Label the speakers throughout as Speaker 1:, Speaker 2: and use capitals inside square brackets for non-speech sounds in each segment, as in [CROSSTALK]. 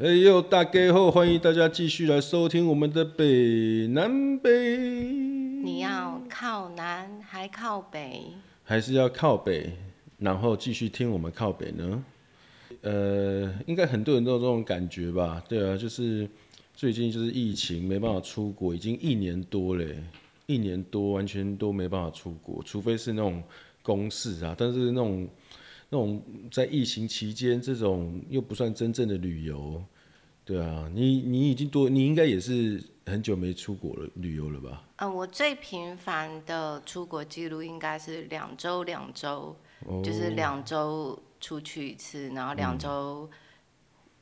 Speaker 1: 哎呦，大家好，欢迎大家继续来收听我们的北南北，
Speaker 2: 你要靠南还靠北？
Speaker 1: 还是要靠北，然后继续听我们靠北呢？呃，应该很多人都有这种感觉吧？对啊，就是最近就是疫情没办法出国，已经一年多嘞，一年多完全都没办法出国，除非是那种公事啊，但是那种那种在疫情期间这种又不算真正的旅游，对啊，你你已经多，你应该也是很久没出国了旅游了吧？
Speaker 2: 嗯，我最频繁的出国记录应该是两周，两周，
Speaker 1: 哦
Speaker 2: 就是两周出去一次，然后两周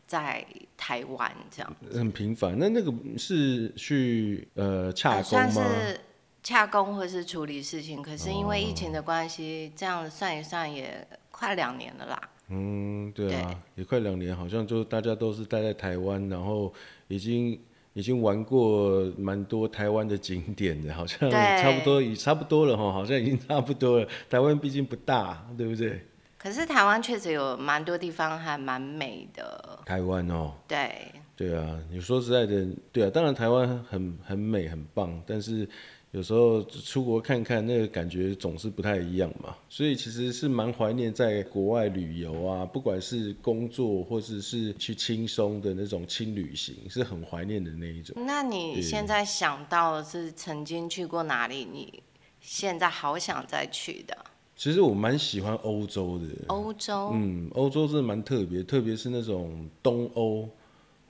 Speaker 2: 在台湾这样，
Speaker 1: 很频繁。那那个是去呃洽
Speaker 2: 呃
Speaker 1: 工
Speaker 2: 算
Speaker 1: 吗？
Speaker 2: 是洽工或是处理事情。可是因为疫情的关系，这样算一算也快两年了啦。
Speaker 1: 嗯，对啊，也快两年，好像就大家都是待在台湾，然后已经已经玩过蛮多台湾的景点的，好像
Speaker 2: 对
Speaker 1: 差不多已差不多了哈，好像已经差不多了。台湾毕竟不大，对不对？
Speaker 2: 可是台湾确实有蛮多地方还蛮美的，
Speaker 1: 台湾哦，
Speaker 2: 对，
Speaker 1: 对啊，你说实在的，对啊，当然台湾很很美很棒，但是有时候出国看看，那个感觉总是不太一样嘛。所以其实是蛮怀念在国外旅游啊，不管是工作或者是去轻松的那种轻旅行，是很怀念的那一种。
Speaker 2: 那你现在想到是曾经去过哪里？你现在好想再去的
Speaker 1: 其实我蛮喜欢欧洲的，
Speaker 2: 欧洲？
Speaker 1: 嗯，欧洲真的蛮特别，特别是那种东欧，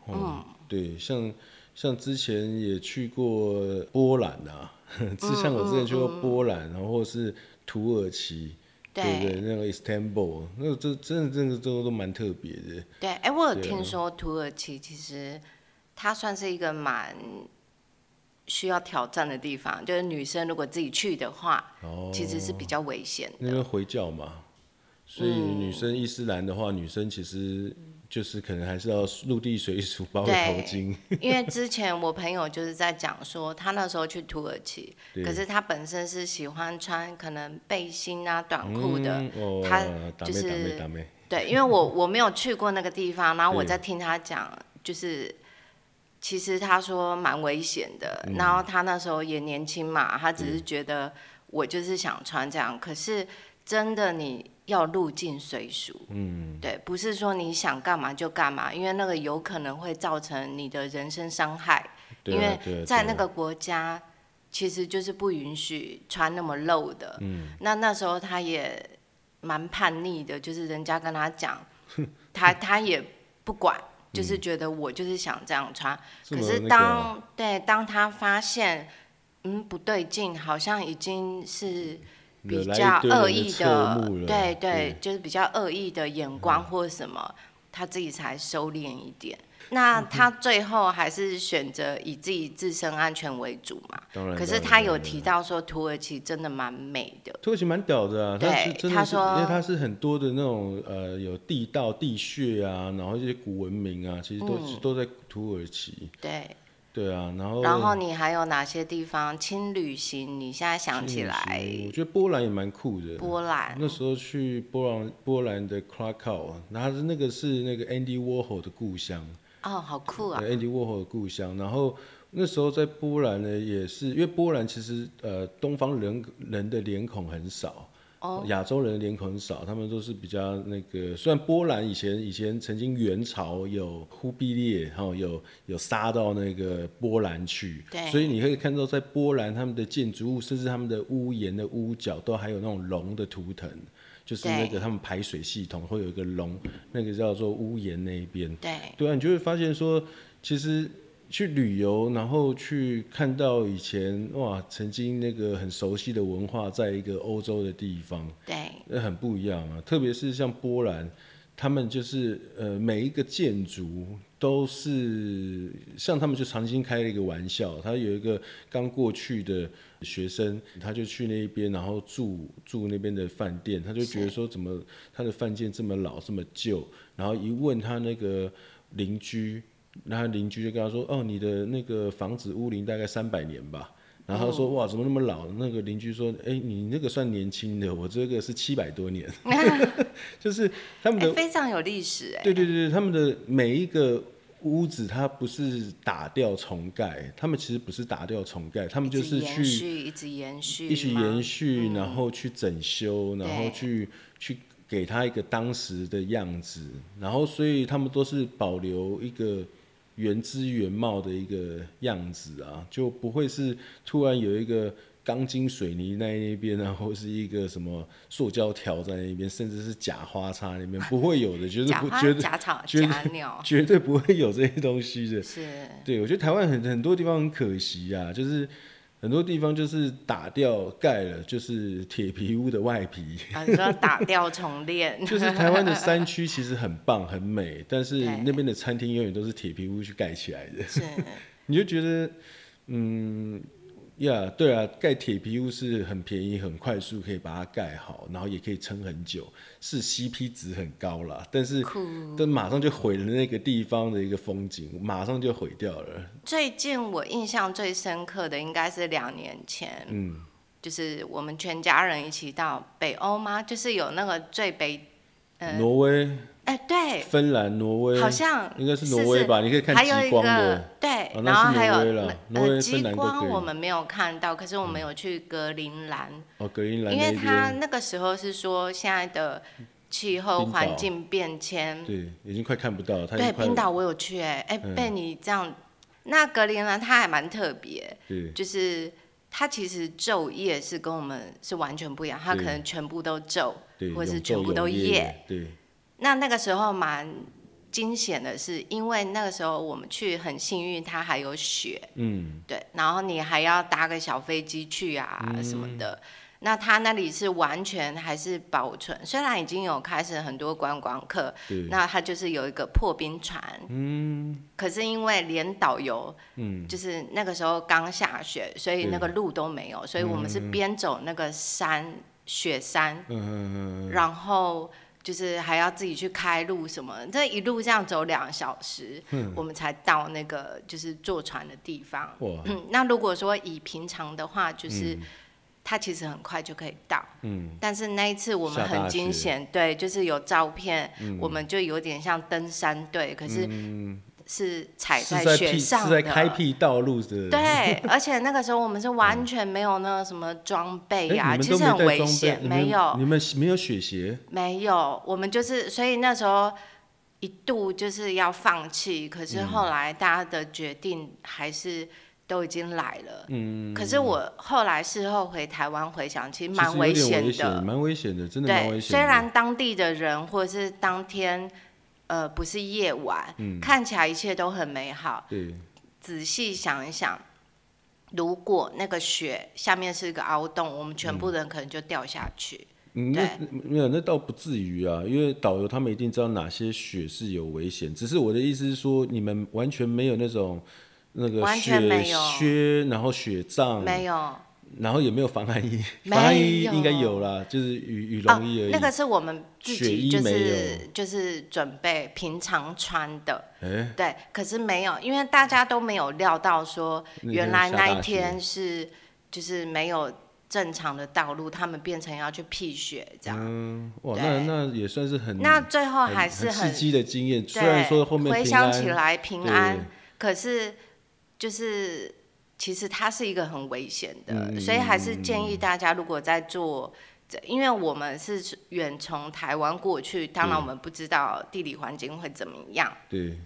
Speaker 1: 嗯，对，像像之前也去过波兰啊， [LAUGHS] 之像我之前去过波兰，然后是土耳其，对不对？那个 Istanbul，那个这真的真的都都蛮特别的，
Speaker 2: 对，哎、我有听说土耳其其实它算是一个蛮需要挑战的地方，就是女生如果自己去的话，
Speaker 1: 哦
Speaker 2: 其实是比较危险
Speaker 1: 那边回教嘛，所以女生伊斯兰的话，女生其实就是可能还是要入地随俗，包括头
Speaker 2: 对
Speaker 1: 巾，
Speaker 2: 的。因为之前我朋友就是在讲说，他那时候去土耳其，
Speaker 1: 对
Speaker 2: 可是他本身是喜欢穿可能背心啊、短裤的，
Speaker 1: 嗯哦
Speaker 2: 他
Speaker 1: 打
Speaker 2: 就
Speaker 1: 妹打妹
Speaker 2: 是
Speaker 1: 打妹。
Speaker 2: 对，因为我我没有去过那个地方，然后我
Speaker 1: 对
Speaker 2: 在听他讲，就是其实他说蛮危险的，然后他那时候也年轻嘛，他只是觉得我就是想穿这样，可是真的你要入境随俗，嗯，对，不是说你想干嘛就干嘛，因为那个有可能会造成你的人身伤害，
Speaker 1: 对
Speaker 2: 因
Speaker 1: 啊
Speaker 2: 为
Speaker 1: 对啊
Speaker 2: 在
Speaker 1: 对
Speaker 2: 那
Speaker 1: 啊
Speaker 2: 个国家其实就是不允许穿那么露的，嗯，那那时候他也蛮叛逆的，就是人家跟他讲，他他也不管，就是觉得我就是想这样穿。
Speaker 1: 嗯这
Speaker 2: 可
Speaker 1: 么
Speaker 2: 是
Speaker 1: 那个啊哦
Speaker 2: 当、对当他发现，嗯不对劲，好像已经是比
Speaker 1: 惹来一
Speaker 2: 较
Speaker 1: 堆人
Speaker 2: 恶
Speaker 1: 的
Speaker 2: 意
Speaker 1: 侧目了对
Speaker 2: 对
Speaker 1: 嗯
Speaker 2: 对，就是比较恶意的眼光或什么，他自己才收敛一点。
Speaker 1: 嗯
Speaker 2: 那他最后还是选择以自己自身安全为主嘛。
Speaker 1: 当然
Speaker 2: 可是
Speaker 1: 当然
Speaker 2: 他
Speaker 1: 当
Speaker 2: 有
Speaker 1: 然
Speaker 2: 提到说，土耳其真的蛮美的。
Speaker 1: 土耳其蛮屌的啊，
Speaker 2: 对
Speaker 1: 它是真的
Speaker 2: 他
Speaker 1: 是，
Speaker 2: 说
Speaker 1: 因为它是很多的那种呃有地道、地穴啊，然后一些古文明啊，其实
Speaker 2: 嗯
Speaker 1: 都、是都在土耳其。
Speaker 2: 对，
Speaker 1: 对啊，然后
Speaker 2: 然后你还有哪些地方轻旅行？你现在想起来，
Speaker 1: 我觉得波兰也蛮酷的。
Speaker 2: 波兰
Speaker 1: 那时候去波兰波兰的 Krakow，啊然后它是那个是那个 Andy Warhol 的故乡。
Speaker 2: 哦，好酷啊！
Speaker 1: 对 Andy Warhol 的故乡。然后那时候在波兰呢，也是因为波兰其实呃东方人人的脸孔很少。
Speaker 2: 哦
Speaker 1: 亚洲人的脸孔很少，他们都是比较那个。虽然波兰以前以前曾经元朝有忽必烈，哈、有有杀到那个波兰去，
Speaker 2: 对
Speaker 1: 所以你可以看到在波兰他们的建筑物，甚至他们的屋檐的屋角都还有那种龙的图腾，就是那
Speaker 2: 对
Speaker 1: 个他们排水系统会有一个龙，那个叫做屋檐那一边。
Speaker 2: 对
Speaker 1: 对啊，你就会发现说，其实去旅游，然后去看到以前哇，曾经那个很熟悉的文化，在一个欧洲的地方，
Speaker 2: 对
Speaker 1: 那很不一样啊。特别是像波兰，他们就是呃，每一个建筑都是像他们就曾经开了一个玩笑，他有一个刚过去的学生，他就去那边，然后住住那边的饭店，他就觉得说怎么他的饭店这么老这么旧，然后一问他那个邻居。那他邻居就跟他说：“哦，你的那个房子屋龄大概三百年吧。”然后他说：“哇，怎么那么老？”那个邻居说：“哎，你那个算年轻的，我这个是七百多年。” [LAUGHS] 就是他们的
Speaker 2: 哎，非常有历史哎、
Speaker 1: 对对对，他们的每一个屋子它不是打掉重盖，他们其实不是打掉重盖，他们就
Speaker 2: 哎一直
Speaker 1: 是
Speaker 2: 延
Speaker 1: 去
Speaker 2: 续，一直延续，嗯
Speaker 1: 一起延。续，然后去整修，然后
Speaker 2: 对
Speaker 1: 去去给它一个当时的样子，然后所以他们都是保留一个原汁原貌的一个样子啊，就不会是突然有一个。钢筋水泥在那边啊，或是一个什么塑胶条在那边，甚至是假花插那边，不会有的，绝对
Speaker 2: 假
Speaker 1: 不
Speaker 2: 花
Speaker 1: 绝对
Speaker 2: 假草、
Speaker 1: 绝对
Speaker 2: 假鸟
Speaker 1: 绝对不会有这些东西的。 [LAUGHS]
Speaker 2: 是
Speaker 1: 对，我觉得台湾很很多地方很可惜啊，就是很多地方就是打掉盖了，就是铁皮屋的外皮。
Speaker 2: 啊，你说打掉重练，
Speaker 1: [LAUGHS] 就是台湾的山区其实很棒很美，但是
Speaker 2: 对
Speaker 1: 那边的餐厅永远都是铁皮屋去盖起来的， [LAUGHS]
Speaker 2: 是
Speaker 1: 你就觉得，嗯，呀，对啊，盖铁皮屋是很便宜、很快速可以把它盖好，然后也可以撑很久，是 CP 值很高啦，但是
Speaker 2: 酷。
Speaker 1: 但马上就毁了那个地方的一个风景，马上就毁掉了。
Speaker 2: 最近我印象最深刻的应该是两年前，
Speaker 1: 嗯，
Speaker 2: 就是我们全家人一起到北欧吗？就是有那个最北，呃，
Speaker 1: 挪威、
Speaker 2: 哎、对，
Speaker 1: 芬兰、挪威，
Speaker 2: 好像
Speaker 1: 应该是挪威吧？你可以看
Speaker 2: 还有
Speaker 1: 极
Speaker 2: 一
Speaker 1: 光
Speaker 2: 个
Speaker 1: 的，
Speaker 2: 对
Speaker 1: 哦，那
Speaker 2: 然后
Speaker 1: 是
Speaker 2: 还有
Speaker 1: 挪威啦
Speaker 2: 那
Speaker 1: 挪威芬
Speaker 2: 呃极
Speaker 1: 兰都可
Speaker 2: 光
Speaker 1: 以
Speaker 2: 我们没有看到，可是我们有去格陵兰，
Speaker 1: 哦，格陵兰
Speaker 2: 因为
Speaker 1: 那
Speaker 2: 他
Speaker 1: 边，
Speaker 2: 那个时候是说现在的气候
Speaker 1: 冰岛
Speaker 2: 环境变迁，
Speaker 1: 对，已经快看不到了，它已
Speaker 2: 对，
Speaker 1: 经快
Speaker 2: 冰岛我有去、哎、哎、
Speaker 1: 嗯
Speaker 2: 被你这样，那格陵兰它还蛮特别，
Speaker 1: 对
Speaker 2: 就是它其实昼夜是跟我们是完全不一样，它可
Speaker 1: 对
Speaker 2: 能全部都昼，
Speaker 1: 对，
Speaker 2: 或是
Speaker 1: 永昼
Speaker 2: 全部都
Speaker 1: 永夜，对
Speaker 2: 那那个时候蛮惊险的是，因为那个时候我们去很幸运，它还有雪，
Speaker 1: 嗯，
Speaker 2: 对，然后你还要搭个小飞机去啊什么的。那它那里是完全还是保存，虽然已经有开始很多观光客，
Speaker 1: 对，
Speaker 2: 那它就是有一个破冰船，
Speaker 1: 嗯
Speaker 2: 可是因为连导游
Speaker 1: 嗯，
Speaker 2: 就是那个时候刚下雪，所以
Speaker 1: 对
Speaker 2: 那个路都没有，所以我们是边走那个山雪山，
Speaker 1: 嗯嗯嗯
Speaker 2: 然后就是还要自己去开路什么，这一路这样走两小时，我们才到那个就是坐船的地方。
Speaker 1: 哇，
Speaker 2: 嗯，那如果说以平常的话，就是它其实很快就可以到，
Speaker 1: 嗯，
Speaker 2: 但是那一次我们
Speaker 1: 下大
Speaker 2: 很
Speaker 1: 雪嗯
Speaker 2: 惊险，对，就是有照片，我们就有点像登山队，可是是踩
Speaker 1: 是
Speaker 2: 在雪
Speaker 1: 辟
Speaker 2: 上
Speaker 1: 是
Speaker 2: 的，
Speaker 1: 在开辟道路的，嗯
Speaker 2: 对，而且那个时候我们是完全没有那个什么装备
Speaker 1: 哎，
Speaker 2: 呀、
Speaker 1: 你们
Speaker 2: 其
Speaker 1: 都
Speaker 2: 实
Speaker 1: 没
Speaker 2: 很
Speaker 1: 带
Speaker 2: 危
Speaker 1: 装
Speaker 2: 险，
Speaker 1: 备，你
Speaker 2: 没
Speaker 1: 们
Speaker 2: 有
Speaker 1: 你们没有雪鞋，
Speaker 2: 没有，我们就是所以那时候一度就是要放弃，可
Speaker 1: 嗯
Speaker 2: 是后来大家的决定还是都已经来了。嗯，可是我后来事后回台湾回想，其实
Speaker 1: 其
Speaker 2: 蛮
Speaker 1: 实
Speaker 2: 危
Speaker 1: 有点危
Speaker 2: 的。
Speaker 1: 蛮危险的，真的蛮危
Speaker 2: 对，
Speaker 1: 险
Speaker 2: 虽
Speaker 1: 的。
Speaker 2: 然当地的人或者是当天，呃，不是夜晚，
Speaker 1: 嗯
Speaker 2: 看起来一切都很美好，
Speaker 1: 对，
Speaker 2: 仔细想一想，如果那个雪下面是一个凹洞，我们全部人可能就掉下去。
Speaker 1: 嗯，
Speaker 2: 对
Speaker 1: 那没有，那倒不至于啊，因为导游他们一定知道哪些雪是有危险。只是我的意思是说，你们完全没有那种那个
Speaker 2: 完全
Speaker 1: 雪
Speaker 2: 没有
Speaker 1: 靴，然后雪杖，
Speaker 2: 没有，
Speaker 1: 然后也没有防寒
Speaker 2: [LAUGHS]
Speaker 1: 衣，
Speaker 2: 没有
Speaker 1: 防寒衣应该有啦，就是羽羽
Speaker 2: 哦
Speaker 1: 绒衣而已。
Speaker 2: 那个是我们自
Speaker 1: 雪
Speaker 2: 己
Speaker 1: 衣
Speaker 2: 就
Speaker 1: 没
Speaker 2: 是就是准备平常穿的，
Speaker 1: 哎
Speaker 2: 对，可是没有，因为大家都没有料到说
Speaker 1: 那
Speaker 2: 原
Speaker 1: 天
Speaker 2: 来
Speaker 1: 下
Speaker 2: 那
Speaker 1: 大雪
Speaker 2: 一天是就是没有正常的道路，他们变成要去辟雪这样。
Speaker 1: 嗯，哇，
Speaker 2: 对
Speaker 1: 那那也算是很
Speaker 2: 那最后
Speaker 1: 很
Speaker 2: 还是
Speaker 1: 嗯很
Speaker 2: 很
Speaker 1: 刺激的经验。虽
Speaker 2: 对，
Speaker 1: 然说后面
Speaker 2: 回
Speaker 1: 平
Speaker 2: 想起
Speaker 1: 安，
Speaker 2: 来平
Speaker 1: 对
Speaker 2: 安，可是就是其实它是一个很危险的，
Speaker 1: 嗯
Speaker 2: 所以还是建议大家如果在做。这因为我们是远从台湾过去，当然
Speaker 1: 对
Speaker 2: 我们不知道地理环境会怎么样。
Speaker 1: 对，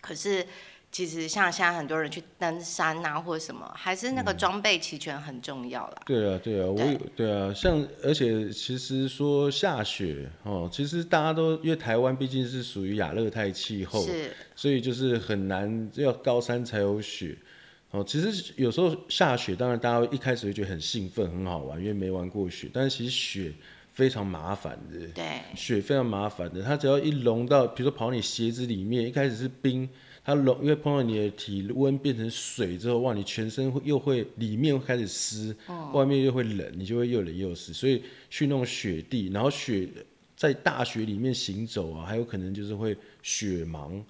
Speaker 2: 可是，其实像现在很多人去登山啊，或者什么，还是那
Speaker 1: 嗯
Speaker 2: 个装备齐全很重要啦。
Speaker 1: 对啊，对啊，我
Speaker 2: 对
Speaker 1: 有对啊，像而且其实说下雪哦，其实大家都因为台湾毕竟是属于亚热带气候，
Speaker 2: 是，
Speaker 1: 所以就是很难要高山才有雪。哦，其实有时候下雪，当然大家一开始会觉得很兴奋、很好玩，因为没玩过雪。但是其实雪非常麻烦的，
Speaker 2: 对，
Speaker 1: 雪非常麻烦的，它只要一融到，比如说跑到你鞋子里面，一开始是冰，它融因为碰到你的体温变成水之后，哇，你全身会又会里面会开始湿，外面又会冷，你就会又冷又湿，所以去那种雪地，然后雪在大雪里面行走啊，还有可能就是会雪盲，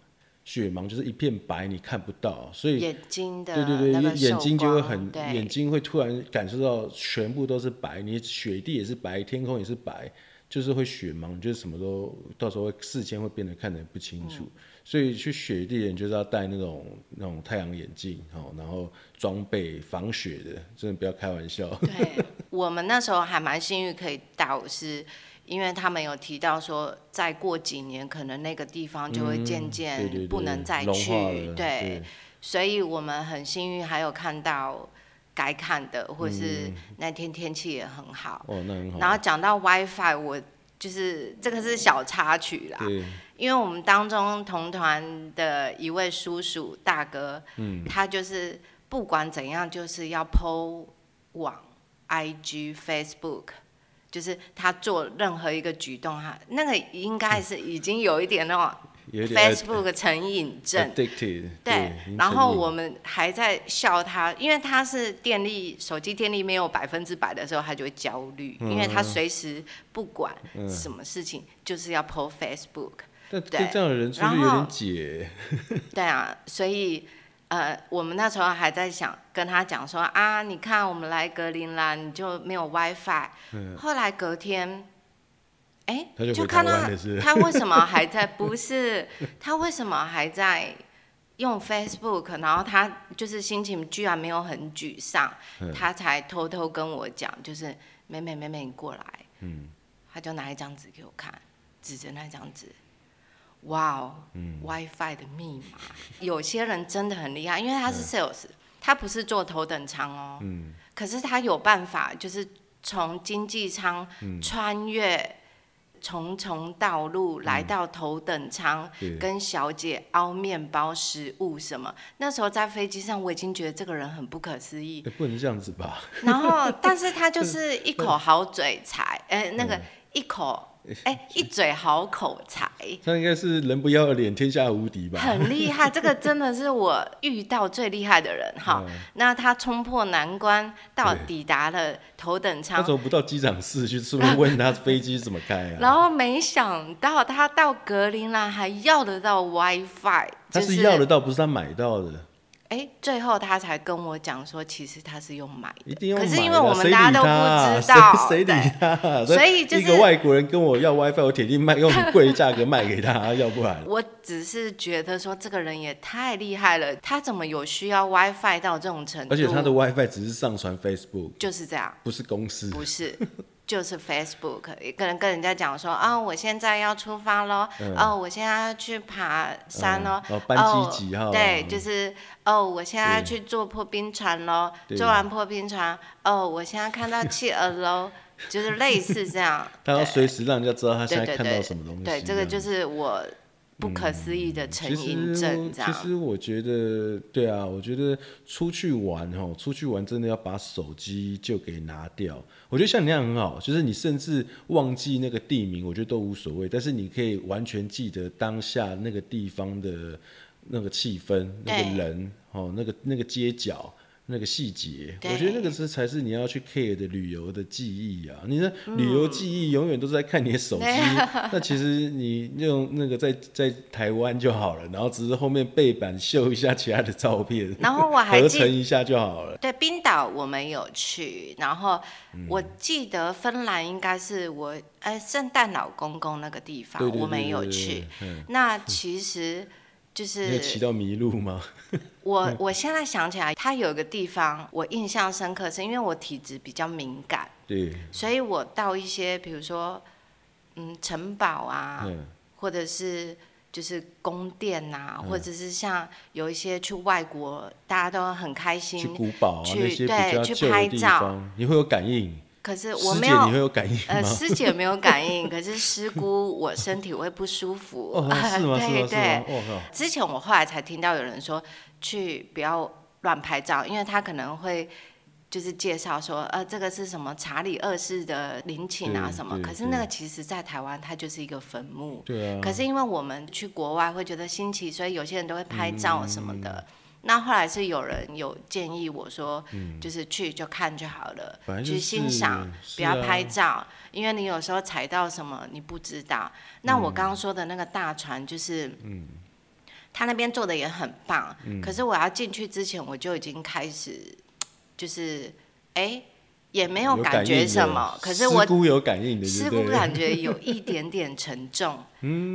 Speaker 1: 雪盲就是一片白，你看不到，啊所以
Speaker 2: 眼睛的
Speaker 1: 对对对，
Speaker 2: 那个
Speaker 1: 眼眼睛
Speaker 2: 受
Speaker 1: 就会
Speaker 2: 光
Speaker 1: 很，
Speaker 2: 对
Speaker 1: 眼睛会突然感受到全部都是白，你雪地也是白，天空也是白，就是会雪盲，就是什么都到时候会视线会变得看得不清楚，
Speaker 2: 嗯
Speaker 1: 所以去雪地人就是要戴那种那种太阳眼镜，哦，然后装备防雪的，真的不要开玩笑。
Speaker 2: 对我们那时候还蛮幸运，可以到是，因为他们有提到说，再过几年可能那个地方就会渐
Speaker 1: 对对对
Speaker 2: 渐不能再
Speaker 1: 融
Speaker 2: 去，
Speaker 1: 化了对
Speaker 2: 所以我们很幸运，还有看到该看的，或是那天天气也很好。
Speaker 1: 哦，那很好。
Speaker 2: 然后讲到 WiFi，我就是这个是小插曲啦，
Speaker 1: 对，
Speaker 2: 因为我们当中同团的一位叔叔大哥，
Speaker 1: 嗯
Speaker 2: 他就是不管怎样，就是要 PO 网、IG、Facebook，就是他做任何一个举动，哈，那个应该是已经有一点那种
Speaker 1: 有点
Speaker 2: Facebook 成瘾症。
Speaker 1: addicted，
Speaker 2: 对
Speaker 1: 已经，
Speaker 2: 然后
Speaker 1: 成瘾
Speaker 2: 我们还在笑他，因为他是电力手机电力没有百分之百的时候，他就会焦虑，因为
Speaker 1: 嗯
Speaker 2: 他随时不管什么事情，就是要 PO Facebook。
Speaker 1: 但
Speaker 2: 对
Speaker 1: 跟这样的人出去
Speaker 2: 然
Speaker 1: 有点
Speaker 2: 后
Speaker 1: 解，
Speaker 2: [LAUGHS] 对啊，所以呃，我们那时候还在想跟他讲说啊，你看我们来格林兰你就没有 WiFi，、后来隔天，
Speaker 1: 嗯
Speaker 2: 哎、
Speaker 1: 他就回
Speaker 2: 看
Speaker 1: 台
Speaker 2: 到
Speaker 1: 湾了是
Speaker 2: 他为
Speaker 1: [LAUGHS]
Speaker 2: 什么还在不是他为什么还在。用 Facebook，然后他就是心情居然没有很沮丧，
Speaker 1: 嗯
Speaker 2: 他才偷偷跟我讲，就是妹妹妹妹你过来，
Speaker 1: 嗯
Speaker 2: 他就拿一张纸给我看，指着那张纸，哇哦、w i f i 的密码，有些人真的很厉害，因为他是 sales，、他不是坐头等舱哦，可是他有办法，就是从经济舱穿越重重道路，来到头等舱，
Speaker 1: 对
Speaker 2: 跟小姐凹面包、食物什么。那时候在飞机上，我已经觉得这个人很不可思议，
Speaker 1: 哎不能这样子吧？
Speaker 2: 然后，但是他就是一口好嘴才，呃，那个一口，哎、一嘴好口才，
Speaker 1: 他应该是人不要脸，天下无敌吧？
Speaker 2: 很厉害。这个真的是我遇到最厉害的人哈。
Speaker 1: 嗯
Speaker 2: 那他冲破难关，到
Speaker 1: 对
Speaker 2: 抵达了头等舱
Speaker 1: 他怎，么不到机长室去顺便问他飞机怎么开啊？
Speaker 2: 然后没想到他到格陵兰还要得到 WiFi，
Speaker 1: 他
Speaker 2: 就是
Speaker 1: 要得到，不是他买到的，
Speaker 2: 哎，最后他才跟我讲说，其实他是用买的，
Speaker 1: 一定要买
Speaker 2: 可
Speaker 1: 的。
Speaker 2: 是因为我
Speaker 1: 谁
Speaker 2: 们
Speaker 1: 理
Speaker 2: 大家都
Speaker 1: 他啊
Speaker 2: 不知道，
Speaker 1: 谁谁
Speaker 2: 对
Speaker 1: 理他啊？
Speaker 2: 所以就是
Speaker 1: 一个外国人跟我要 WiFi，我铁定卖用很贵的价格卖给
Speaker 2: [LAUGHS]
Speaker 1: 他，要不然
Speaker 2: 我只是觉得说这个人也太厉害了，他怎么有需要 WiFi 到这种程度？
Speaker 1: 而且他的 WiFi 只是上传 Facebook，
Speaker 2: 就是这样，
Speaker 1: 不是公司。
Speaker 2: [LAUGHS] 不是，就是 Facebook 一个人跟人家讲说啊、我现在要出发喽，哦，我现在要去爬山喽，
Speaker 1: 嗯嗯哦班机几号啊
Speaker 2: 对，
Speaker 1: 嗯
Speaker 2: 就是哦，我现在要去坐破冰船喽，
Speaker 1: 对。
Speaker 2: 坐完破冰船，哦，我现在看到企鹅喽， [LAUGHS] 就是类似这样
Speaker 1: [LAUGHS] 他要
Speaker 2: 对
Speaker 1: 随时让人家知道他现在
Speaker 2: 对对
Speaker 1: 看到
Speaker 2: 对
Speaker 1: 什么东西。嗯
Speaker 2: 对，这个就是我不可思议的成瘾症，
Speaker 1: 其实
Speaker 2: 这样。
Speaker 1: 其实我觉得，对啊，我觉得出去玩哈，出去玩真的要把手机就给拿掉。我觉得像你那样很好，就是你甚至忘记那个地名，我觉得都无所谓，但是你可以完全记得当下那个地方的那个气氛、那个
Speaker 2: 对
Speaker 1: 人哦，那个那个街角。那个细节，
Speaker 2: 对
Speaker 1: 我觉得那个是才是你要去 care 的旅游的记忆啊！你的
Speaker 2: 嗯
Speaker 1: 旅游记忆永远都是在看你的手机，
Speaker 2: 啊
Speaker 1: 那其实你用那个在在台湾就好了，然后只是后面背板秀一下其他的照片，
Speaker 2: 然后我还
Speaker 1: 合
Speaker 2: 记
Speaker 1: 成一下就好了。
Speaker 2: 对，冰岛我们有去，然后
Speaker 1: 嗯
Speaker 2: 我记得芬兰应该是我呃圣诞老公公那个地方
Speaker 1: 对对对
Speaker 2: 我们有
Speaker 1: 对对
Speaker 2: 去。
Speaker 1: 对嗯
Speaker 2: 那其实就
Speaker 1: 你有骑
Speaker 2: 是
Speaker 1: 到嗯迷路吗？ [LAUGHS]
Speaker 2: 我我现在想起来，它有一个地方我印象深刻，是因为我体质比较敏感，
Speaker 1: 对，
Speaker 2: 所以我到一些比如说嗯城堡啊，
Speaker 1: 嗯，
Speaker 2: 或者是就是宫殿呐、或者是像有一些去外国，大家都很开
Speaker 1: 去
Speaker 2: 心。
Speaker 1: 古堡啊
Speaker 2: 去
Speaker 1: 那些比
Speaker 2: 对
Speaker 1: 较
Speaker 2: 去
Speaker 1: 旧
Speaker 2: 拍
Speaker 1: 的地
Speaker 2: 照
Speaker 1: 方，你会有感应。
Speaker 2: 可是我
Speaker 1: 师
Speaker 2: 没
Speaker 1: 姐，
Speaker 2: 有
Speaker 1: 你会有感应
Speaker 2: 呃，
Speaker 1: 吗？
Speaker 2: 师姐没有感应，可是师姑我身体会不舒服。 [LAUGHS]
Speaker 1: 哦，是吗？是吗？
Speaker 2: 对
Speaker 1: 是吗
Speaker 2: 对？。
Speaker 1: 哦，靠
Speaker 2: 之前我后来才听到有人说，去不要乱拍照，因为他可能会就是介绍说，呃，这个是什么查理二世的陵寝啊
Speaker 1: 对
Speaker 2: 什么。
Speaker 1: 对
Speaker 2: 可是那
Speaker 1: 对
Speaker 2: 个其实在台湾它就是一个坟墓。
Speaker 1: 对啊。
Speaker 2: 可是因为我们去国外会觉得新奇，所以有些人都会拍照什么的。
Speaker 1: 嗯
Speaker 2: 那后来是有人有建议我说，就是去就看就好了，
Speaker 1: 嗯本来就
Speaker 2: 去欣
Speaker 1: 是
Speaker 2: 赏，
Speaker 1: 是
Speaker 2: 不要
Speaker 1: 啊嗯
Speaker 2: 拍照，因为你有时候踩到什么你不知道。那我刚刚说的那个大船就是，嗯，他那边做的也很棒，
Speaker 1: 嗯
Speaker 2: 可是我要进去之前我就已经开始，就是哎。也没有
Speaker 1: 感
Speaker 2: 觉
Speaker 1: 应
Speaker 2: 什
Speaker 1: 的
Speaker 2: 么，可是我
Speaker 1: 似乎有感应的，
Speaker 2: 似
Speaker 1: 对嗯
Speaker 2: 乎
Speaker 1: 不对
Speaker 2: 感觉有一点点沉
Speaker 1: [LAUGHS]
Speaker 2: 重。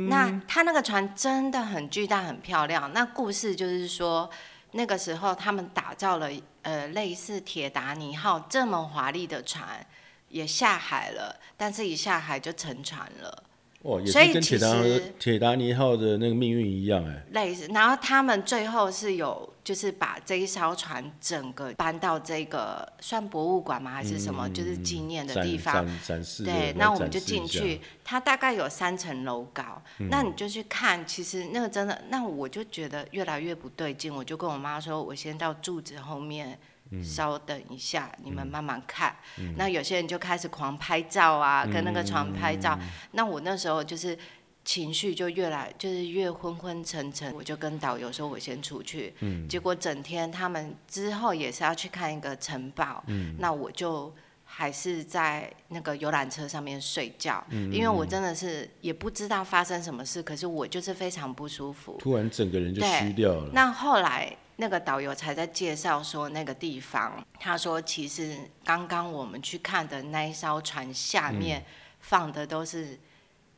Speaker 2: 那他那个船真的很巨大、很漂亮。那故事就是说，那个时候他们打造了呃类似铁达尼号这么华丽的船，也下海了，但是一下海就沉船了。
Speaker 1: 哦，也
Speaker 2: 所
Speaker 1: 是
Speaker 2: 以
Speaker 1: 跟铁
Speaker 2: 其
Speaker 1: 达
Speaker 2: 实
Speaker 1: 铁达尼号的那个命运一样哎。
Speaker 2: 类似，然后他们最后是有就是把这一艘船整个搬到这个算博物馆吗？还是什么？就是纪念的
Speaker 1: 嗯展
Speaker 2: 地方。
Speaker 1: 展展示的
Speaker 2: 对
Speaker 1: 来，
Speaker 2: 那我们
Speaker 1: 展
Speaker 2: 就
Speaker 1: 示嗯
Speaker 2: 进
Speaker 1: 一下
Speaker 2: 去，它大概有三层楼高，那你就去看，其实那个真的，那我就觉得越来越不对劲，我就跟我妈说，我先到柱子后面。
Speaker 1: 嗯
Speaker 2: 稍等一下，你们慢慢看。那有些人就开始狂拍照啊，跟那个船拍照。
Speaker 1: 嗯
Speaker 2: 那我那时候就是情绪就越来就是越昏昏沉沉，我就跟导游说，我先出去。结果整天他们之后也是要去看一个城堡，那我就还是在那个游览车上面睡觉，因为我真的是也不知道发生什么事，可是我就是非常不舒服。
Speaker 1: 突然整个人就虚
Speaker 2: 对
Speaker 1: 掉了。
Speaker 2: 那后来那个导游才在介绍说那个地方，他说其实刚刚我们去看的那一艘船下面
Speaker 1: 嗯
Speaker 2: 放的都是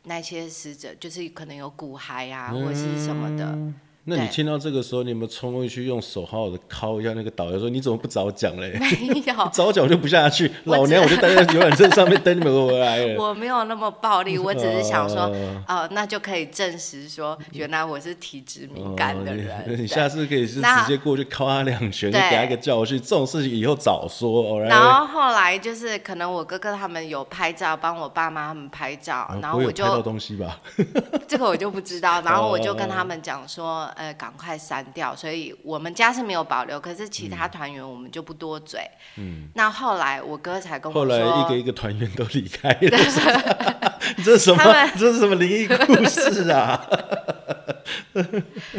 Speaker 2: 那些死者，就是可能有骨骸啊、
Speaker 1: 嗯
Speaker 2: 或者是什么的。 [LAUGHS]
Speaker 1: 那你
Speaker 2: 对
Speaker 1: 听到这个时候，你有没有冲过去用手好好的敲一下那个导游，说你怎么不早讲嘞？
Speaker 2: 没有，
Speaker 1: [LAUGHS] 早讲我就不下去，
Speaker 2: 我
Speaker 1: 老
Speaker 2: 只
Speaker 1: 娘我就待在游览车上面等 [LAUGHS] 你们回来了。
Speaker 2: 我没有那么暴
Speaker 1: [LAUGHS]
Speaker 2: 力，我只是想说，
Speaker 1: 哦嗯
Speaker 2: 哦、那就可以证实说，原来我是体质敏感的
Speaker 1: 哦
Speaker 2: 人。
Speaker 1: [LAUGHS] 你你
Speaker 2: 对
Speaker 1: 下次可以是
Speaker 2: 那
Speaker 1: 直接过去敲他两拳，就
Speaker 2: 对
Speaker 1: 给他一个教训。这种事情以后早说，all right，
Speaker 2: 然后后来就是可能我哥哥他们有拍照，帮我爸妈他们拍照，
Speaker 1: 啊
Speaker 2: 然
Speaker 1: 不
Speaker 2: 后
Speaker 1: 会有
Speaker 2: 我
Speaker 1: 拍到
Speaker 2: 就
Speaker 1: 东西吧？
Speaker 2: 这个我就不知道，然后我就跟
Speaker 1: 哦
Speaker 2: 他们讲说，呃，赶快删掉。所以我们家是没有保留，可是其
Speaker 1: 嗯
Speaker 2: 他团员我们就不多嘴。嗯，那后来我哥才跟我
Speaker 1: 后来
Speaker 2: 说，
Speaker 1: 一个一个团员都离开了，
Speaker 2: [LAUGHS]
Speaker 1: 这是什
Speaker 2: 他
Speaker 1: 么
Speaker 2: 们？
Speaker 1: 这是什么灵异故事啊？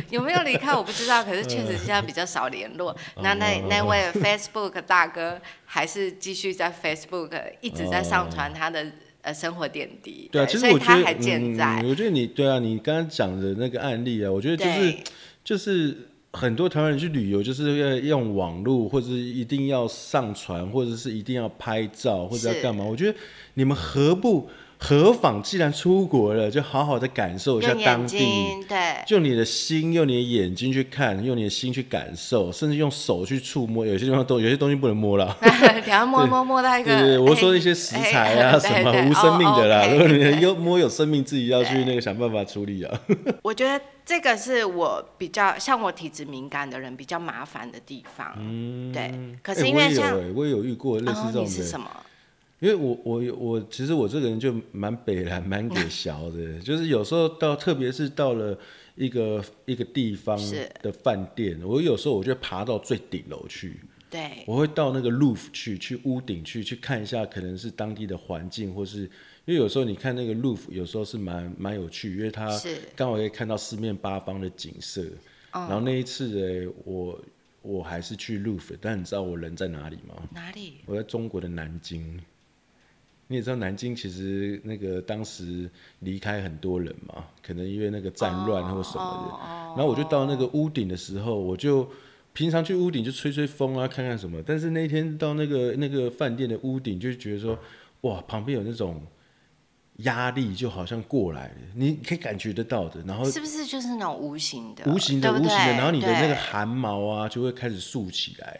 Speaker 2: 有没有离开我不知道，可是确
Speaker 1: 嗯
Speaker 2: 实现在比较少联
Speaker 1: [LAUGHS]
Speaker 2: 络。那
Speaker 1: 哦
Speaker 2: 那那位 Facebook 大哥还是继续在 Facebook 一直在上传他的呃生活点滴，
Speaker 1: 哦对啊，其实
Speaker 2: 所以
Speaker 1: 我觉
Speaker 2: 他
Speaker 1: 得，
Speaker 2: 还健在
Speaker 1: 嗯，。我觉得你对啊，你刚刚讲的那个案例啊，我觉得就是
Speaker 2: 对
Speaker 1: 就是很多台湾人去旅游，就是要用网络，或者是一定要上传，或者是一定要拍照，或者要
Speaker 2: 是
Speaker 1: 干嘛？我觉得你们何不何妨，既然出国了，就好好的感受一下
Speaker 2: 用
Speaker 1: 当
Speaker 2: 眼
Speaker 1: 地。
Speaker 2: 睛，
Speaker 1: [LAUGHS]
Speaker 2: 对， [LAUGHS]
Speaker 1: 用你的心，用你的眼睛去看，用你的心去感受，甚至用手去触摸，有些地方都有些东西不能摸了。
Speaker 2: 然后摸摸摸到一个，
Speaker 1: 对对，我说
Speaker 2: 哎
Speaker 1: 一些食材啊
Speaker 2: 哎
Speaker 1: 什么
Speaker 2: 对对
Speaker 1: 无生命的啦，
Speaker 2: 哦
Speaker 1: 如果
Speaker 2: ，OK，
Speaker 1: 你
Speaker 2: 对
Speaker 1: 有摸有生命，自己要去那个想办法处理啊。
Speaker 2: 我觉得这个是我比较像我体质敏感的人比较麻烦的地方，对。可是
Speaker 1: 哎
Speaker 2: 因
Speaker 1: [LAUGHS] 我
Speaker 2: 为
Speaker 1: 也有
Speaker 2: 像，
Speaker 1: 哎，我也有遇过类似
Speaker 2: 哦，
Speaker 1: 这
Speaker 2: 你
Speaker 1: 种
Speaker 2: 是
Speaker 1: 的，
Speaker 2: 什么？
Speaker 1: 因为我我我其实我这个人就蛮北蓝蛮给小的，
Speaker 2: 哦
Speaker 1: 就是有时候到特别是到了一个一个地方
Speaker 2: 是
Speaker 1: 的饭店，我有时候我就会爬到最顶楼去。
Speaker 2: 对，
Speaker 1: 我会到那个 roof 去，去屋顶去，去看一下，可能是当地的环境，或是因为有时候你看那个 roof，有时候是蛮蛮有趣，因为它
Speaker 2: 是哦
Speaker 1: 刚好可以看到四面八方的景色。然后那一次的我，我还是去 roof，但你知道我人在哪里吗？
Speaker 2: 哪里？
Speaker 1: 我在中国的南京。你也知道南京其实那个当时离开很多人嘛，可能因为那个战乱或什么的。然后我就到那个屋顶的时候，我就平常去屋顶就吹吹风啊，看看什么。但是那天到那个那个饭店的屋顶，就觉得说，哇，旁边有那种压力，就好像过来了，你可以感觉得到的。然后
Speaker 2: 是不是就是那种无形的？
Speaker 1: 哦无形的、
Speaker 2: 对不
Speaker 1: 无
Speaker 2: 对
Speaker 1: 形的，然后你的那个
Speaker 2: 对
Speaker 1: 汗毛啊就会开始竖起来，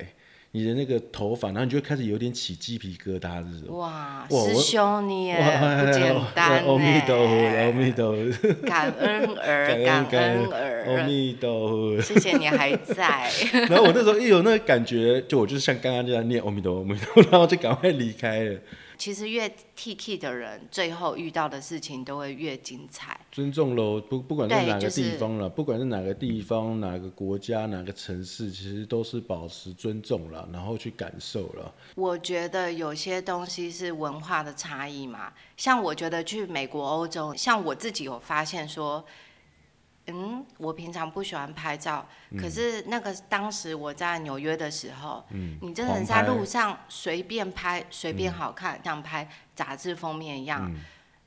Speaker 1: 你的那个头发，然后你就会开始有点起鸡皮疙瘩这种。
Speaker 2: 哇，
Speaker 1: [LAUGHS] 哇
Speaker 2: 师
Speaker 1: 我
Speaker 2: 兄你也
Speaker 1: 哇哎
Speaker 2: 不简单哎
Speaker 1: 阿弥陀佛，
Speaker 2: 呢，
Speaker 1: 阿弥陀佛，
Speaker 2: 感恩儿，感恩
Speaker 1: 阿
Speaker 2: 儿，
Speaker 1: 弥陀佛。
Speaker 2: 谢谢你还在。 [LAUGHS]
Speaker 1: 然后我那时候一有那个感觉，就我就是像刚刚这样念阿弥陀佛，阿弥陀佛，然后就赶快离开了。
Speaker 2: 其实越 T K 的人，最后遇到的事情都会越精彩。
Speaker 1: 尊重喽，不不管在
Speaker 2: 对
Speaker 1: 哪个
Speaker 2: 就是
Speaker 1: 地方了，不管是哪个地方、哪个国家、哪个城市，其实都是保持尊重了，然后去感受了。
Speaker 2: 我觉得有些东西是文化的差异嘛，像我觉得去美国、欧洲，像我自己有发现说，嗯，我平常不喜欢拍照，
Speaker 1: 嗯
Speaker 2: 可是那个当时我在纽约的时候，你真的在
Speaker 1: 嗯狂拍嗯
Speaker 2: 路上随便拍，随便好看，这样拍杂志封面一样。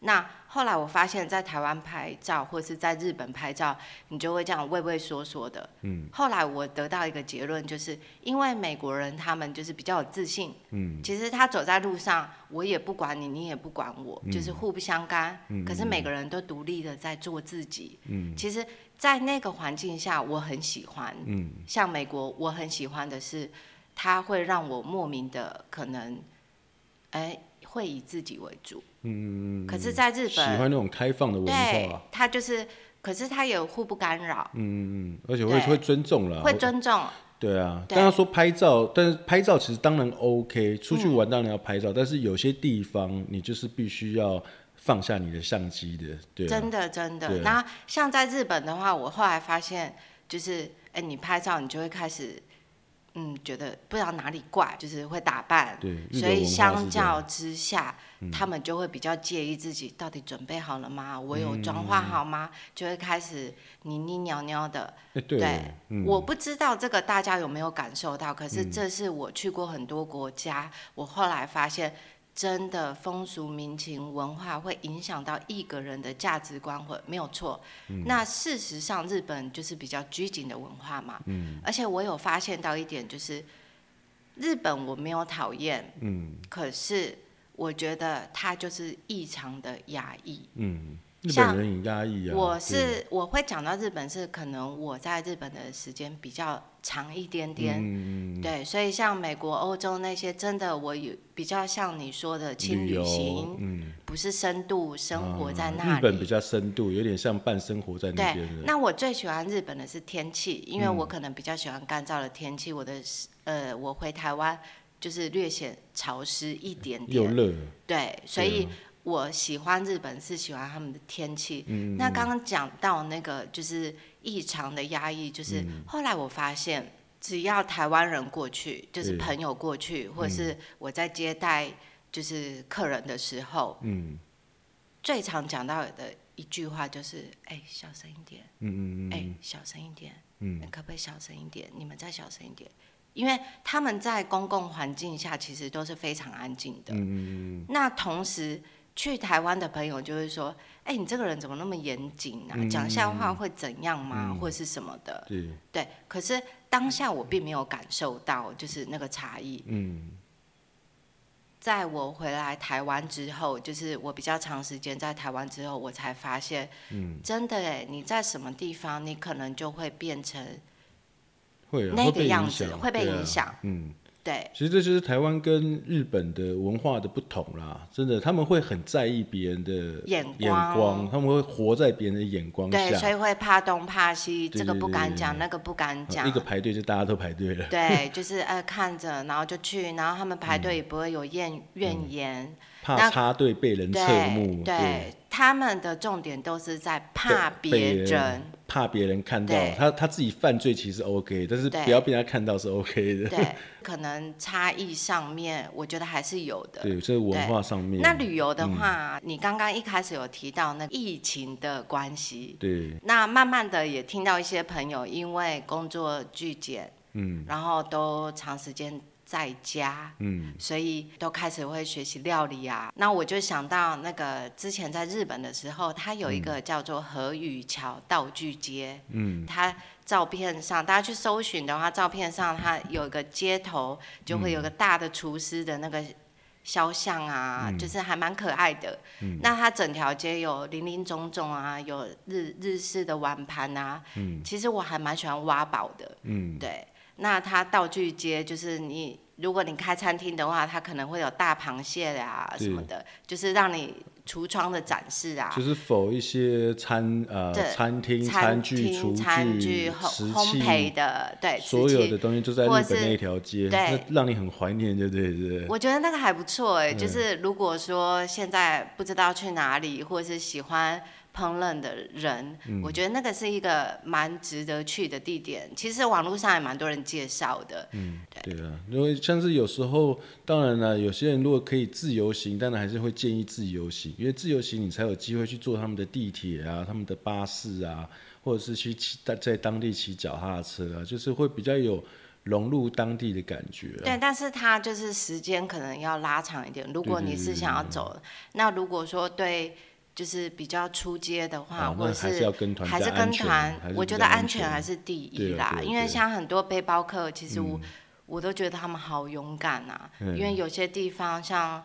Speaker 2: 那后来我发现，在台湾拍照或是在日本拍照，你就会这样畏畏缩缩的。嗯。后来我得到一个结论，就是因为美国人他们就是比较有自信。嗯。其实他走在路上，我也不管你，你也不管我，
Speaker 1: 嗯
Speaker 2: 就是互不相干。嗯。可是每个人都独立的在做自己。嗯。其实，在那个环境下，我很喜欢。嗯。像美国，我很喜欢的是，它会让我莫名的可能，哎，会以自己为主。
Speaker 1: 嗯，
Speaker 2: 可是，在日
Speaker 1: 喜欢
Speaker 2: 本，
Speaker 1: 那种开放的文
Speaker 2: 对
Speaker 1: 化，，
Speaker 2: 他就是，可是他也互不干扰，
Speaker 1: 嗯嗯嗯，而且会
Speaker 2: 对
Speaker 1: 会尊重啦，
Speaker 2: 会尊重，
Speaker 1: 对啊，
Speaker 2: 对嗯
Speaker 1: 刚刚说拍照，但是拍照其实当然 OK，出去玩当然要拍照，但是有些地方你就是必须要放下你的相机的，对、啊
Speaker 2: 真，的真的
Speaker 1: 对。啊
Speaker 2: 那像在日本的话，我后来发现，就是，哎，你拍照，你就会开始，嗯，觉得不知道哪里怪，就是会打扮，
Speaker 1: 对，日
Speaker 2: 所
Speaker 1: 本文
Speaker 2: 以
Speaker 1: 化
Speaker 2: 相
Speaker 1: 是这样嗯
Speaker 2: 较之下，他们就会比较介意自己到底准备好了吗？我有
Speaker 1: 嗯
Speaker 2: 妆化好吗？就会开始泥泥尿尿的。
Speaker 1: 哎、对，
Speaker 2: 对
Speaker 1: 嗯，
Speaker 2: 我不知道这个大家有没有感受到，可是这是我去过很多国家，我后来发现，真的风俗民情文化会影响到一个人的价值观，会没有错。那事实上，日本就是比较拘谨的文化嘛。而且我有发现到一点，就是日本我没有讨厌，
Speaker 1: 嗯
Speaker 2: 可是我觉得它就是异常的压抑。
Speaker 1: 嗯，日
Speaker 2: 像
Speaker 1: 本人也压抑啊，
Speaker 2: 我
Speaker 1: 对
Speaker 2: 是我会讲到日本是可能我在日本的时间比较长一点点，
Speaker 1: 嗯嗯嗯
Speaker 2: 对，所以像美国、欧洲那些真的我有比较像你说的轻
Speaker 1: 旅
Speaker 2: 旅
Speaker 1: 游
Speaker 2: 行，
Speaker 1: 嗯，
Speaker 2: 不是深度生活在
Speaker 1: 啊
Speaker 2: 那
Speaker 1: 日本比
Speaker 2: 里。
Speaker 1: 较深度，有点像半生活在那
Speaker 2: 对
Speaker 1: 边，的，嗯
Speaker 2: 那我最喜欢日本的是天气，因为我可能比较喜欢干燥的天气。我的呃，我回台湾就是略显潮湿一点
Speaker 1: 又
Speaker 2: 点，
Speaker 1: 热，
Speaker 2: 对，啊所以我喜欢日本是喜欢他们的天气。那刚刚讲到那个就是异常的压抑，就是后来我发现，只要台湾人过去，就是
Speaker 1: 对
Speaker 2: 嗯朋友过去，或是我在接待就是客人的时候，
Speaker 1: 嗯
Speaker 2: 最常讲到的一句话就是：“哎、小声一点，
Speaker 1: 嗯嗯嗯
Speaker 2: 哎、
Speaker 1: 嗯
Speaker 2: 小声一点，
Speaker 1: 嗯
Speaker 2: 你可不可以小声一点？你们再小声一点。”因为他们在公共环境下其实都是非常安静的，
Speaker 1: 嗯嗯
Speaker 2: 那同时去台湾的朋友就会说：“哎、你这个人怎么那么严谨啊？
Speaker 1: 嗯
Speaker 2: 讲笑话会怎样吗？
Speaker 1: 嗯
Speaker 2: 或是什么的
Speaker 1: 嗯，对，？”
Speaker 2: 对，可是当下我并没有感受到就是那个差异。
Speaker 1: 嗯
Speaker 2: 在我回来台湾之后，就是我比较长时间在台湾之后，我才发现，
Speaker 1: 嗯，
Speaker 2: 真的哎，你在什么地方，你可能就会变成
Speaker 1: 会啊
Speaker 2: 那
Speaker 1: 会
Speaker 2: 个
Speaker 1: 被影
Speaker 2: 样子
Speaker 1: 响，
Speaker 2: 会被
Speaker 1: 对啊
Speaker 2: 影响，
Speaker 1: 嗯。
Speaker 2: 对
Speaker 1: 其实这就是台湾跟日本的文化的不同啦，真的，他们会很在意别人的
Speaker 2: 眼
Speaker 1: 光，
Speaker 2: 光
Speaker 1: 他们会活在别人的眼光
Speaker 2: 对，所
Speaker 1: 下。
Speaker 2: 以会怕东怕西，
Speaker 1: 对
Speaker 2: 这个
Speaker 1: 对
Speaker 2: 不
Speaker 1: 对
Speaker 2: 敢
Speaker 1: 对呃
Speaker 2: 讲，那个不敢讲，
Speaker 1: 一个排队就大家都排队了，
Speaker 2: 对，就是呃看着，然后就去，然后他们排
Speaker 1: 嗯
Speaker 2: 队也不会有怨怨言，
Speaker 1: 怕
Speaker 2: 那
Speaker 1: 插队被人嗯侧
Speaker 2: 对
Speaker 1: 目，对，
Speaker 2: 对，他们的重点都是在怕
Speaker 1: 被
Speaker 2: 别
Speaker 1: 被人 [LAUGHS]
Speaker 2: 人，
Speaker 1: 怕别人看到
Speaker 2: 对
Speaker 1: 他他自己犯罪其实 OK，但是
Speaker 2: 对
Speaker 1: 不要被他看到是 OK 的，
Speaker 2: 对，可能差异上面，我觉得还是有
Speaker 1: [LAUGHS]
Speaker 2: 的。
Speaker 1: 对，这是文化上面，嗯
Speaker 2: 那旅游的话，你刚刚一开始有提到那个疫情的关系，
Speaker 1: 对，
Speaker 2: 那慢慢的也听到一些朋友因为工作剧减，
Speaker 1: 嗯
Speaker 2: 然后都长时间在家，
Speaker 1: 嗯
Speaker 2: 所以都开始会学习料理啊。那我就想到那个之前在日本的时候，它有一个叫做和语桥道具街，
Speaker 1: 嗯，
Speaker 2: 它照片上大家去搜寻的话，照片上它有一个街头就会有个大的厨师的那个。肖像啊，就是还蛮可爱的。那它整条街有林林总总啊，有日日式的碗盘啊。其实我还蛮喜欢挖宝的。
Speaker 1: 嗯
Speaker 2: 对，那它道具街就是你，如果你开餐厅的话，它可能会有大螃蟹啦、
Speaker 1: 对
Speaker 2: 什么的，就是让你橱窗的展示啊，
Speaker 1: 就是否一些餐呃
Speaker 2: 对
Speaker 1: 餐厅
Speaker 2: 餐
Speaker 1: 具厨
Speaker 2: 厅、餐具、
Speaker 1: 瓷
Speaker 2: 烘烘
Speaker 1: 器
Speaker 2: 焙的，对，瓷
Speaker 1: 所有
Speaker 2: 器
Speaker 1: 的东西都在日
Speaker 2: 或
Speaker 1: 本
Speaker 2: 是
Speaker 1: 那一条街，那
Speaker 2: 对
Speaker 1: 让你很怀念，对不对？对不对嗯
Speaker 2: 我觉得那个还不错哎、就是如果说现在不知道去哪里，或者是喜欢烹饪的人，
Speaker 1: 嗯
Speaker 2: 我觉得那个是一个蛮值得去的地点。其实网络上也蛮多人介绍
Speaker 1: 嗯
Speaker 2: 的，
Speaker 1: 对啊，因为像是有时候，当然了，有些人如果可以自由行，当然还是会建议自由行，因为自由行你才有机会去坐他们的地铁啊、他们的巴士啊，或者是去骑在在当地骑脚踏车啊，就是会比较有融入当地的感觉啊、
Speaker 2: 对，但是它就是时间可能要拉长一点。如果你是想要走，那如果说对就是比较出街的话，
Speaker 1: 哦那
Speaker 2: 我
Speaker 1: 还是要跟团
Speaker 2: 还
Speaker 1: 比较
Speaker 2: 是跟
Speaker 1: 安全啊
Speaker 2: 团
Speaker 1: 还是，
Speaker 2: 我
Speaker 1: 比
Speaker 2: 觉
Speaker 1: 较
Speaker 2: 得
Speaker 1: 安
Speaker 2: 安全
Speaker 1: 全
Speaker 2: 还是第一
Speaker 1: 对啊
Speaker 2: 啦。
Speaker 1: 对啊
Speaker 2: 因
Speaker 1: 对
Speaker 2: 为
Speaker 1: 啊嗯
Speaker 2: 像很多背包客，其实我、我都觉得他们好勇敢啊，因为有些地方像。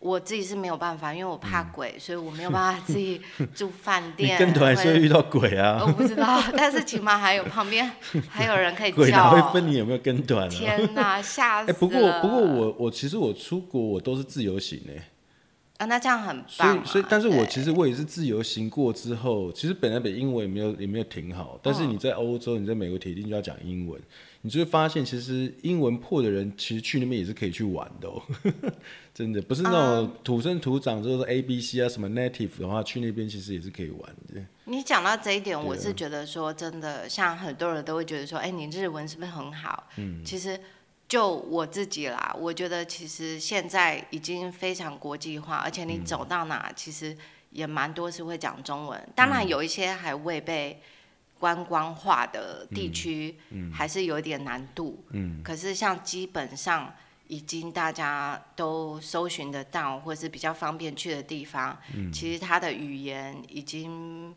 Speaker 2: 我自己是没有办法，因为我怕鬼，所以我
Speaker 1: [LAUGHS]
Speaker 2: 没有办法自己住饭
Speaker 1: 嗯你
Speaker 2: 店。
Speaker 1: 跟团
Speaker 2: 或
Speaker 1: 是
Speaker 2: 者
Speaker 1: 会遇到鬼啊
Speaker 2: [LAUGHS] 我，不知道，但是起码还有旁边还有人可
Speaker 1: [LAUGHS]
Speaker 2: 以
Speaker 1: 鬼
Speaker 2: 叫
Speaker 1: 哪。会分你有没有跟团啊？ [LAUGHS]
Speaker 2: 天哪，
Speaker 1: 哎、
Speaker 2: 吓死了！
Speaker 1: 不过不过我我其实我出国我都是自由行哎、
Speaker 2: 啊，那这样很
Speaker 1: 所
Speaker 2: 棒啊。
Speaker 1: 以所以但是我
Speaker 2: 对
Speaker 1: 其实我也是自由行过之后，其实本来北英文也没有也没有挺好，但
Speaker 2: 嗯
Speaker 1: 是你在欧洲你在美国铁定就要讲英文，你就会发现其实英文破的人其实去那边也是可以去玩的、哦， [LAUGHS] 真的不是那
Speaker 2: 啊
Speaker 1: 种土生土长就是 A B C 啊什么 native 的话，去那边其实也是可以玩的。
Speaker 2: 你讲到这一点，我是觉得说真的，像很多人都会觉得说，哎、你日文是不是很好？嗯，其实就我自己啦，我觉得其实现在已经非常国际化，而且你
Speaker 1: 嗯
Speaker 2: 走到哪，其实也蛮多是会讲中文。当然有一些还未被观光化的地区，还是有一点难度。嗯，可是像基本上。已经大家都搜寻得到，或是比较方便去的地方，其实它的语言已经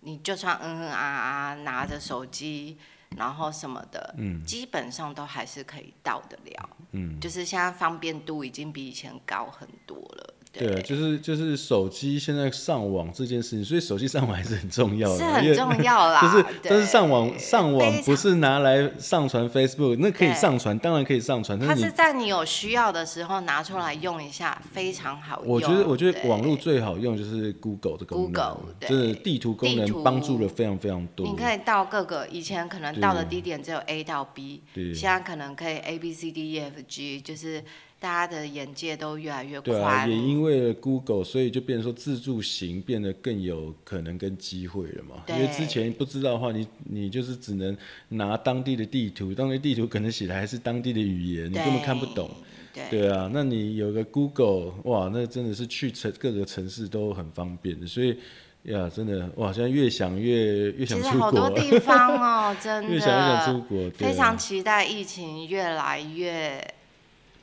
Speaker 2: 你就算嗯嗯啊啊拿着手机，然后什么的，基本上都还是可以到得了，就是现在方便度已经比以前高很多了，
Speaker 1: 对啊，就是就是手机现在上网这件事情，所以手机上网还是很重要的，
Speaker 2: 是
Speaker 1: 因为
Speaker 2: 很重要
Speaker 1: [LAUGHS]
Speaker 2: 啦，
Speaker 1: 就是，
Speaker 2: 对
Speaker 1: 但是上网上
Speaker 2: 非
Speaker 1: 网
Speaker 2: 常
Speaker 1: 不是拿来上传 Facebook，那可以
Speaker 2: 对
Speaker 1: 上传，当然可以上传，
Speaker 2: 它
Speaker 1: 但是
Speaker 2: 是
Speaker 1: 你。
Speaker 2: 在你有需要的时候拿出来用一下，非常好用。
Speaker 1: 我觉得，我觉得
Speaker 2: 对
Speaker 1: 网络最好用就是 Google 的功能
Speaker 2: Google，对
Speaker 1: 真的地图功
Speaker 2: 地图
Speaker 1: 能帮助了非常非常多。
Speaker 2: 你可以到各个以前可能到的地点只有 A 到 B，
Speaker 1: 对
Speaker 2: 现在可能可以 A B C D E F G，就是大家的眼界都越来越
Speaker 1: 对啊，
Speaker 2: 宽。
Speaker 1: 也因为了 Google，所以就变成说自助型变得更有可能跟机会了嘛。
Speaker 2: 对
Speaker 1: 因为之前不知道的话，你你就是只能拿当地的地图，当地地图可能写的还是当地的语言，你
Speaker 2: 对
Speaker 1: 根本看不懂。
Speaker 2: 对
Speaker 1: 对啊，那你有个 Google，哇，那真的是去城各个城市都很方便的，所以呀，真的哇，现在越想越越想
Speaker 2: 其实
Speaker 1: 出
Speaker 2: 好
Speaker 1: 国
Speaker 2: 多
Speaker 1: 了，
Speaker 2: 地方
Speaker 1: [LAUGHS]
Speaker 2: 哦，真的
Speaker 1: 越想越想出国，对啊
Speaker 2: 非常期待疫情越来越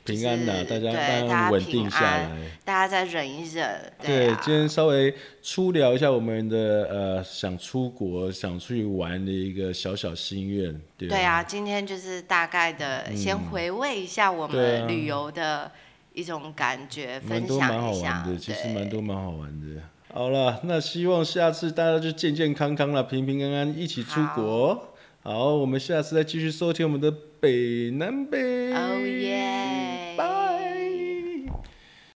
Speaker 1: 平安呐、
Speaker 2: 就
Speaker 1: 大
Speaker 2: 是
Speaker 1: 家
Speaker 2: 对
Speaker 1: 慢
Speaker 2: 大家
Speaker 1: 慢稳
Speaker 2: 平
Speaker 1: 定下
Speaker 2: 安
Speaker 1: 来。
Speaker 2: 大家再忍一忍。
Speaker 1: 对，
Speaker 2: 啊、
Speaker 1: 今天稍微粗聊一下我们的呃想出国、想出去玩的一个小小心愿，对吧嗯
Speaker 2: 对啊，今天就是大概的先回味一下我
Speaker 1: 对啊
Speaker 2: 们旅游的一种感觉，
Speaker 1: 蛮
Speaker 2: 分
Speaker 1: 多蛮
Speaker 2: 享
Speaker 1: 好
Speaker 2: 一下
Speaker 1: 玩。的，其实
Speaker 2: 对
Speaker 1: 蛮多蛮好玩的。好了，那希望下次大家就健健康康了，平平安安一起出国。好，我们下次再继续收听我们的北南北。
Speaker 2: Oh yeah